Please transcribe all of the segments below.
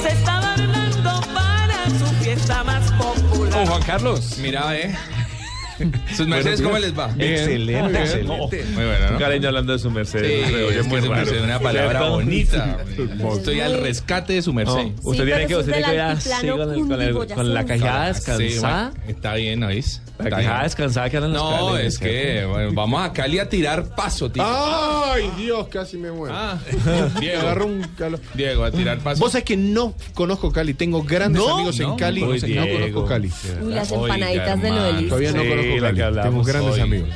Se está bailando para su fiesta más popular. Don Juan Carlos, mira, eh. ¿Sus mercedes cómo les va? Excelente, excelente. Muy bueno, ¿no? Cariño hablando de su merced. Sí, se oye es que muy su raro. merced es una palabra bonita. Hermoso. Estoy al rescate de su No, merced. usted Sí, tiene pero que, eso usted es tiene que del ir así con, el- con, altiplano el- con la cundiboyacense. Sí, cajada descansada. bueno, está bien, ¿oís? La cajada descansada que andan los No, cales, es que bueno, vamos a Cali a tirar paso, tío. Ah. Ay, Dios, casi me muero. Ah, Me Diego, agarró un calor. Diego, a tirar paso. Vos sabés que no conozco Cali, tengo grandes No, amigos no, en Cali, muy no conozco Cali. Uy, las Oiga, empanaditas de hermano. Noelis. Todavía no Sí, conozco la Cali, que tengo hablamos grandes hoy. amigos.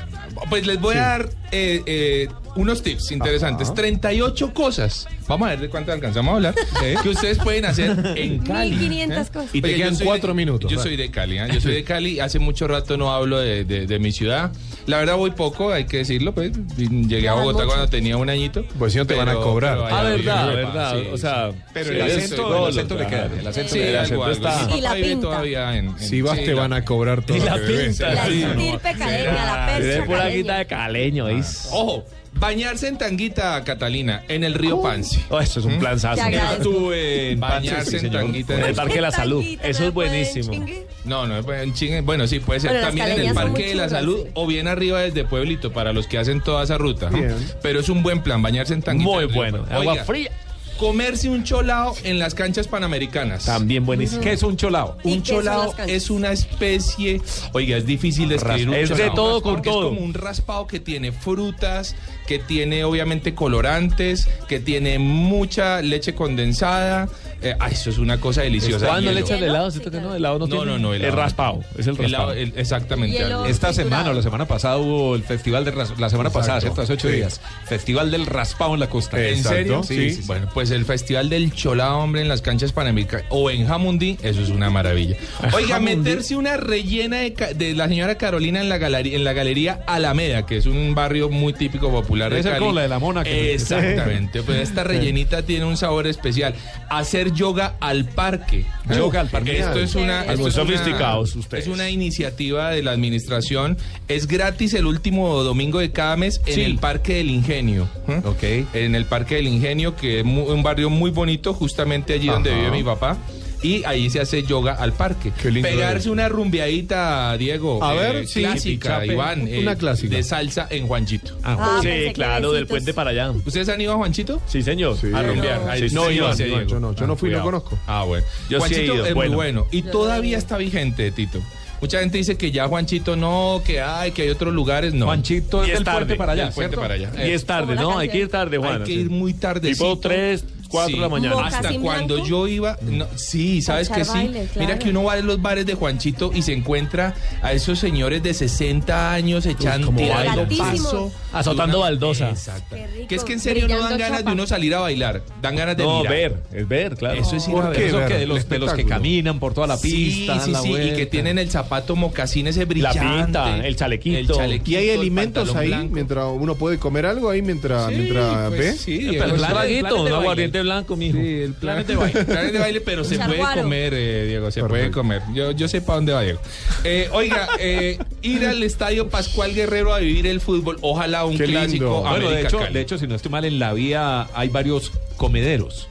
Pues les voy a dar eh, eh, unos tips interesantes. 38 cosas. Vamos a ver de cuántas alcanzamos a hablar. Que ustedes pueden hacer en Cali. ¿eh? 1500 cosas. Y te Oiga, yo quedan soy cuatro de- minutos. Yo soy de Cali, ¿eh? yo soy de Cali. Hace mucho rato no hablo de, de- de mi ciudad. La verdad voy poco, hay que decirlo. Pues. Llegué a Bogotá cuando tenía un añito. Pues si no te van a cobrar. pero allá Ah, viví, verdad, epa, verdad. sí, o sea, Pero sí, el es acento- todo el acento lo- le queda. El acento, Sí, el algo, acento algo. está. Mi Y la papá vive pinta. todavía en- en- Si vas sí, te la- van a cobrar todo. Y la lo que bebes. pinta, La sí. estirpe caleña, la Es percha pura caleña. guita de caleño, ¿oís? Ojo, bañarse en Tanguita, Catalina, en el Uh. río Pance. Ah. eh, Oh, eso es un planzazo. Te agradezco. Estuve en Bañarse Pancos, sí, en señor. tanguita. En el Parque de Tanguita, la Salud. ¿me Eso la es buenísimo. pueden chingue? No, no, pues, en Chingue- bueno, sí, puede ser Bueno, las también en el caleñas son Parque muy de la churras, Salud sí. o bien arriba desde Pueblito para los que hacen toda esa ruta. ¿no? Pero es un buen plan, bañarse en Tanguita. Muy en Río bueno. Pance. Agua Oiga, fría. Comerse un cholao en las canchas panamericanas. También buenísimo. ¿Qué es un cholao? ¿Y Un qué son cholao las canchas? es una especie. Oiga, es difícil describir un Es de cholao. todo Raspado, con que todo. Es como un raspado que tiene frutas, que tiene obviamente colorantes, que tiene mucha leche condensada. Eh, ay, eso es una cosa deliciosa. ¿Cuándo le Hielo. echan helado? ¿Cierto que no? ¿Helado no No, tiene? no, no. Es raspado. Es el Helado, raspado. el- exactamente. Hielo. algo. Esta Figurado. semana o la semana pasada hubo el festival del ras- la semana pasada, ¿cierto? Hace ocho días. Festival del raspado en la costa. ¿En serio? Sí, sí, sí. Bueno, pues el festival del cholao, hombre, en las canchas panamericanas o en Jamundí, eso es una maravilla. Oiga, meterse una rellena de, ca- de la señora Carolina en la, galería, en la galería Alameda, que es un barrio muy típico popular de Esa es Cali. como la de la mona que- Exactamente. Pues esta rellenita tiene un sabor especial. Hacer yoga al parque. Yoga al parque. Esto es una... esto Muy es una- sofisticados ustedes. Es una iniciativa de la administración. Es gratis el último domingo de cada mes en Sí. el Parque del Ingenio. ¿Mm? Ok. en el Parque del Ingenio, que es mu- un barrio muy bonito, justamente allí donde vive mi papá. Y ahí se hace yoga al parque. Qué lindo Pegarse es. una rumbiadita, Diego. eh, A ver, sí, clásica, chape, Iván. eh, una clásica. De salsa en Juanchito. Ah, pensé Sí, que claro, del besitos. puente para allá. ¿Ustedes han ido a Juanchito? Sí, señor. Sí. A rumbear. No. Sí, No, señor. yo no, Sí, yo no, Yo no, yo no fui, no cuidado. conozco. Ah, bueno. Yo sí he Juanchito ido, es bueno. muy bueno. Y Yo todavía no he ido. está vigente, Tito. Mucha gente dice que ya Juanchito no, que hay, que hay otros lugares. No. Juanchito es Y es del tarde. puente para allá, Del puente ¿cierto? para allá. Eh, Y es tarde, Como la ¿no? Hay canción. que ir tarde, Juan. Hay que ir muy tardecito. Tipo 3, 4 de la mañana. Boca Hasta sin cuando blanco. yo iba, no, sí, sabes echar que sí. baile, Mira claro. que uno va a los bares de Juanchito y se encuentra a esos señores de 60 años echando, como tirando bailan. paso, Azotando de una- baldosa. Exacto. Qué rico, Que es que en serio no dan brillando ganas de chapa. uno salir a bailar, dan ganas de No, mirar. ver, es ver, claro. Eso es ir a ¿Por ver. qué? Eso Eso que Ver de los, el de los que espectáculo. caminan por toda la pista. sí, sí, sí, y que eh, tienen el zapato mocasín ese La brillante. pinta, el chalequito. El chalequito, ¿Y hay el alimentos pantalón ahí blanco. mientras uno puede comer algo ahí mientras, mientras pues ve? sí, Pero Diego, un está- traguito, un baile. aguardiente blanco, mijo. el Planes de baile. Planes de baile, pero se Un puede charguaro. comer, eh, Diego, se puede comer. Yo, yo sé para dónde va, Diego. Eh, oiga, eh, ir al estadio Pascual Guerrero a vivir el fútbol. Ojalá un Qué lindo. clásico. Bueno, Bueno, de América hecho, Cali. de hecho, si no estoy mal, en la vía hay varios comederos.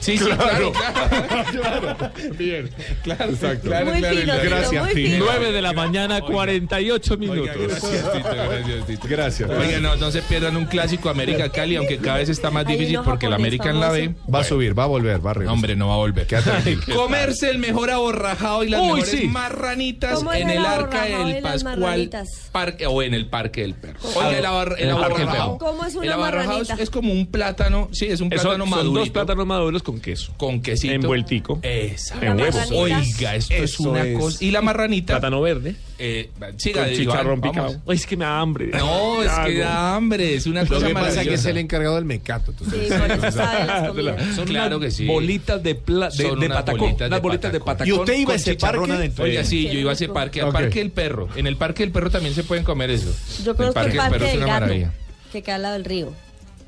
sí, sí, claro, claro. Bien. Claro, Exacto. claro, Muy claro, fino, claro. Tito, Gracias, muy Tito. fino. 9 de la mañana, 48 Oiga, minutos. gracias, Tito, gracias, Tito. Gracias. Oiga, no, no se pierdan un clásico América Cali, aunque cada vez está más Hay un difícil ojo porque el japonés América en la B. famoso. Va a subir, va a volver, va a No, regresar. hombre, no va a volver. tranquilo. Comerse el mejor aborrajado y las Uy, mejores sí. marranitas ¿Cómo es en el el arca aborrajado y del las Pascual marranitas? parque, o en el Parque del Perro. Oye, el, abar- el En el Parque del aborrajado. Perro. ¿Cómo es una el aborrajado es, marranita? es como un plátano, sí, es un Eso- plátano son dos madurito. plátanos maduros con con queso. con quesito. Envueltico. Exacto. En huevos. Oiga, esto es Eso una es. cosa. Y la marranita. Plátano verde. eh, siga, Con Iván, chicharrón vamos. picado. Ay, es que me da hambre. No, es que Hago. da hambre. Es una Lo cosa que pasa es que es maravillosa. el encargado del mecato. entonces- Sí, por eso sabe las comidas. Son Claro unas que sí. Bolitas de, pla- de, Son de unas patacón. bolitas de unas bolitas de patacón. patacón. Y usted iba a con ese chicharrón parque. adentro. Oiga, sí, Qué yo iba a ese rico. parque, al Ok. Parque del Perro. En el Parque del Perro también se pueden comer eso. Yo conozco el del parque es del una gato, maravilla. que queda al lado del río.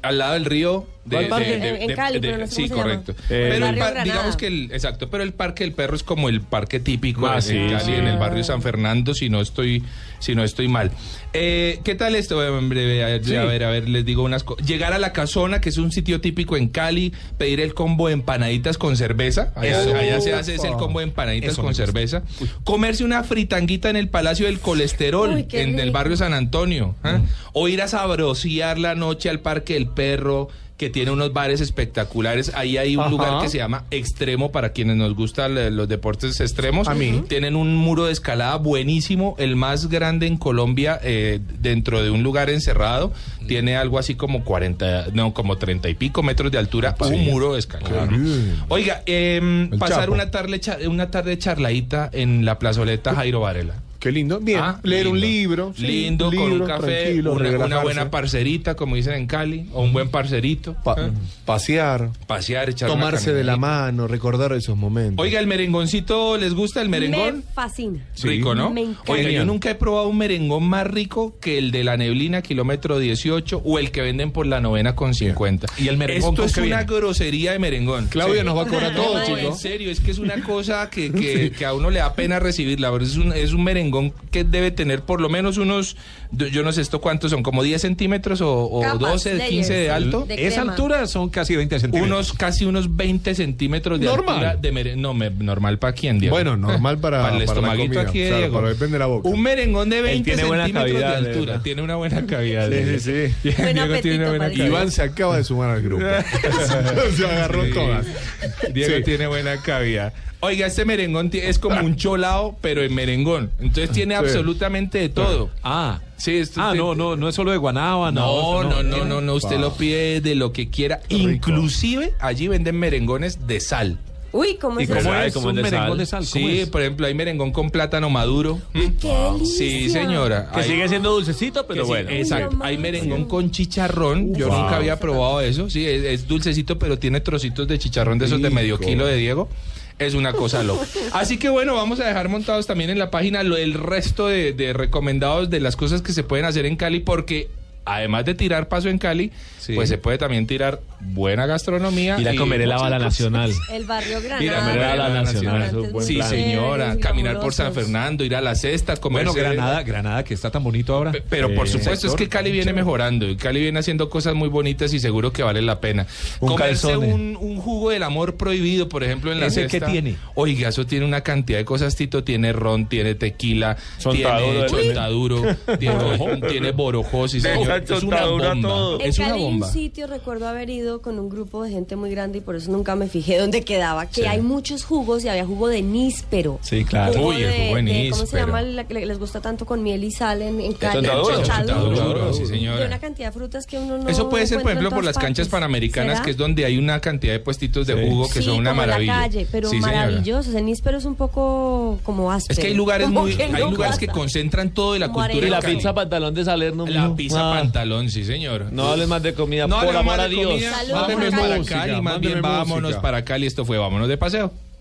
Al lado del río de, ¿Cuál de- parque? de- En- en de- Cali, de- pero no sé sí, cómo se llama. correcto. Eh, pero el Barrio par- Granada. digamos que el, exacto, pero el Parque del Perro es como el parque típico Ah, en- sí, en Cali, sí. en el barrio San Fernando, si no estoy, si no estoy mal. Eh, ¿Qué tal esto? Hombre, ve- a, ver, a ver, a ver, les digo unas cosas. Llegar a la casona, que es un sitio típico en Cali, pedir el combo de empanaditas con cerveza. Allá, Eso. allá se hace es el combo de empanaditas Eso me con gusta. cerveza. Comerse una fritanguita en el Palacio del Colesterol, Uy, qué en el rico. barrio San Antonio. ¿eh? Mm. O ir a sabrosear la noche al Parque del Perro, que tiene unos bares espectaculares. Ahí hay un Ajá. lugar que se llama Extremo, para quienes nos gustan eh, los deportes extremos. A mí. Tienen un muro de escalada buenísimo, el más grande en Colombia, eh, dentro de un lugar encerrado. Mm. Tiene algo así como 40, no, como 30 y pico metros de altura, un muro de escalada. Qué ¿no? bien. Oiga, em, El pasar Chapo. una tarde, cha- una tarde charladita en la plazoleta Jairo Varela. Qué lindo. Bien, Ah, leer un lindo. libro. sí, lindo, con libro, un café, tranquilo, una, una relajarse. buena parcerita, como dicen en Cali, o un buen parcerito. Pa- ¿eh? pasear, Pasear, echar una tomarse de la caminadita. mano, recordar esos momentos. Oiga, ¿el merengoncito les gusta el merengón? Me fascina. Sí. Rico, ¿no? Me encanta. Oiga, yo nunca he probado un merengón más rico que el de la neblina, kilómetro 18, o el que venden por la novena con 50. ¿Y el merengón Esto con es qué una viene? grosería de merengón. Claudia Sí. nos va a cobrar No, todo, Ay, chico. en serio, es que es una cosa que, que- que a uno le da pena recibirla. pero Es un, es un merengón que debe tener por lo menos unos, d- yo no sé esto cuántos son, como 10 centímetros o, o Capas, 12, layers. 15 de alto. De Esa crema. altura son casi 20 centímetros. Unos casi unos 20 centímetros de Normal. altura de mere- No, me- normal para quién, Diego. Bueno, normal para- el para la estomaguito comida, aquí, de claro, Diego. para- depende de la boca. Un merengón de 20 tiene buena centímetros cavidad, de de altura. verdad. tiene una buena cavidad. Sí, Diego. sí, sí. Buen Diego apetito, tiene una buena parece. cavidad. Iván se acaba de sumar al grupo. se agarró todas. Diego Sí. tiene buena cavidad. Oiga, este merengón ti- es como un cholao, pero en merengón. Entonces tiene absolutamente de todo. Ah, Sí, esto ah te- no, no, no es solo de guanábana. No, eso no, no, no, no, usted lo pide de lo que quiera. Inclusive allí venden merengones de sal. Uy, ¿cómo ¿Y es cómo sabe es cómo un es de merengón sal? de sal? ¿Cómo Sí, es? Mm. por ejemplo, hay merengón con plátano maduro. ¡Qué Sí, delicia! señora. Que Hay- sigue siendo dulcecito, que pero sí, bueno. Exacto. Uy, lo Hay máximo. merengón con chicharrón. Yo Wow. nunca había probado eso. Sí, es, es dulcecito, pero tiene trocitos de chicharrón de esos de medio Rico. kilo de Diego. Es una cosa loca. Así que bueno, vamos a dejar montados también en la página lo, el resto de, de recomendados de las cosas que se pueden hacer en Cali, porque además de tirar paso en Cali, Sí. pues se puede también tirar buena gastronomía. Ir a y comer el muchas Habana cosas. Nacional. El barrio Granada. Mira, comer Mira, a la la Nacional. Nacional. eso es un buen Sí, plan. señora. Chéveres y Caminar por San amorosos. Fernando, ir a la cesta, comer. Bueno, Granada, Granada que está tan bonito ahora. Pe- Pero por Eh, supuesto es sector. que Cali viene mejorando y Cali viene haciendo cosas muy bonitas y seguro que vale la pena. Un Comerse calzone. un, un jugo del amor prohibido, por ejemplo, en la ¿Ese qué cesta. tiene? Oiga, eso tiene una cantidad de cosas, Tito. Tiene ron, tiene tequila, Chontaduro, tiene ¿eh? chontaduro, tiene, tiene borojó, sí, Deja señor. Es una chontaduro a bomba. todo. En Es una Cali hay un bomba. sitio, recuerdo haber ido con un grupo de gente muy grande y por eso nunca me fijé dónde quedaba, que hay muchos jugos y había jugo de níspero. Sí, claro. Jugo Uy, el de- jugo de de- ¿Cómo se níspero. llama? la que le- les gusta tanto con miel y sal en, en Cali. chontaduro. Chontaduro. Chontaduro, sí, Y señora. una cantidad de frutas que uno no Eso puede ser, por encuentra en ejemplo, por las todas canchas partes. panamericanas, ¿Será? que es donde hay una cantidad de puestitos de Sí. jugo que sí, son una como en maravilla. la calle, pero Sí, señora. maravillosos. En níspero es un poco como áspero. Es que hay lugares Como muy, que hay no lugares que pasa. concentran todo de la Como cultura arena. Y la en Cali. pizza pantalón de Salerno. La no. pizza Ah, pantalón, sí, señor. No hables más de comida, No por hablemos amor más a de Dios. comida, Saludos vámonos a Cali. para Cali, más Mándeme bien vámonos música. para Cali. Esto fue Vámonos de Paseo.